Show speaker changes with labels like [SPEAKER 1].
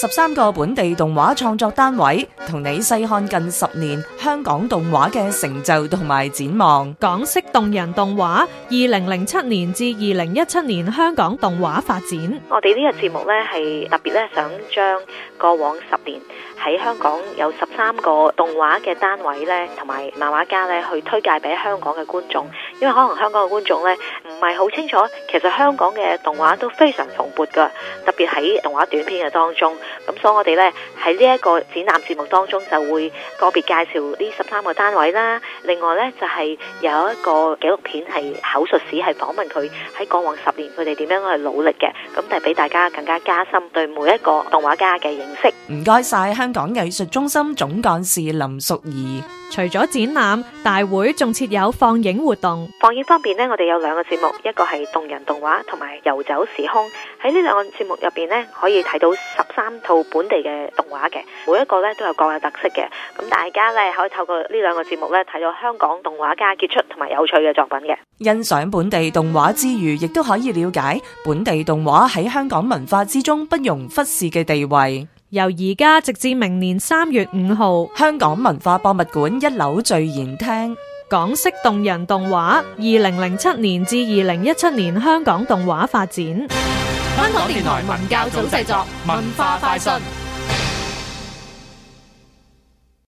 [SPEAKER 1] 十三個本地動畫創作單位同你細看近十年香港動畫嘅成就同埋展望。
[SPEAKER 2] 港式動人動畫，二零零七年至二零一七年香港動畫發展。
[SPEAKER 3] 我哋呢個節目呢，係特別咧，想將過往十年喺香港有十三個動畫嘅單位呢，同埋漫畫家呢，去推介俾香港嘅觀眾，因為可能香港嘅觀眾呢，唔係好清楚，其實香港嘅動畫都非常蓬勃噶，特別喺動畫短片嘅當中。咁所以我哋呢，喺呢一個展覽節目當中就會個別介紹呢十三個單位啦。另外呢，就係、有一個紀錄片係口述史，係訪問佢喺過往十年佢哋點樣去努力嘅，咁就係俾大家更加加深對每一個動畫家嘅認識。
[SPEAKER 1] 唔該晒香港藝術中心總幹事林淑儀。
[SPEAKER 2] 除咗展覽，大會仲設有放映活動。
[SPEAKER 3] 放映方面呢，我哋有兩個節目，一個係動人動畫，同埋遊走時空。喺呢兩個節目入邊呢，可以睇到十三套本地嘅動畫嘅，每一個呢都有各有特色嘅。咁大家呢，可以透過呢兩個節目呢，睇到香港動畫家傑出同埋有趣嘅作品嘅。
[SPEAKER 1] 欣賞本地動畫之餘，亦都可以了解本地動畫喺香港文化之中不容忽視嘅地位。
[SPEAKER 2] 由而家直至明年三月五號，
[SPEAKER 1] 香港文化博物館一樓聚賢廳，
[SPEAKER 2] 港式動人動畫，二零零七年至二零一七年香港動畫發展。
[SPEAKER 4] 香港電台文教組製作，文化快訊。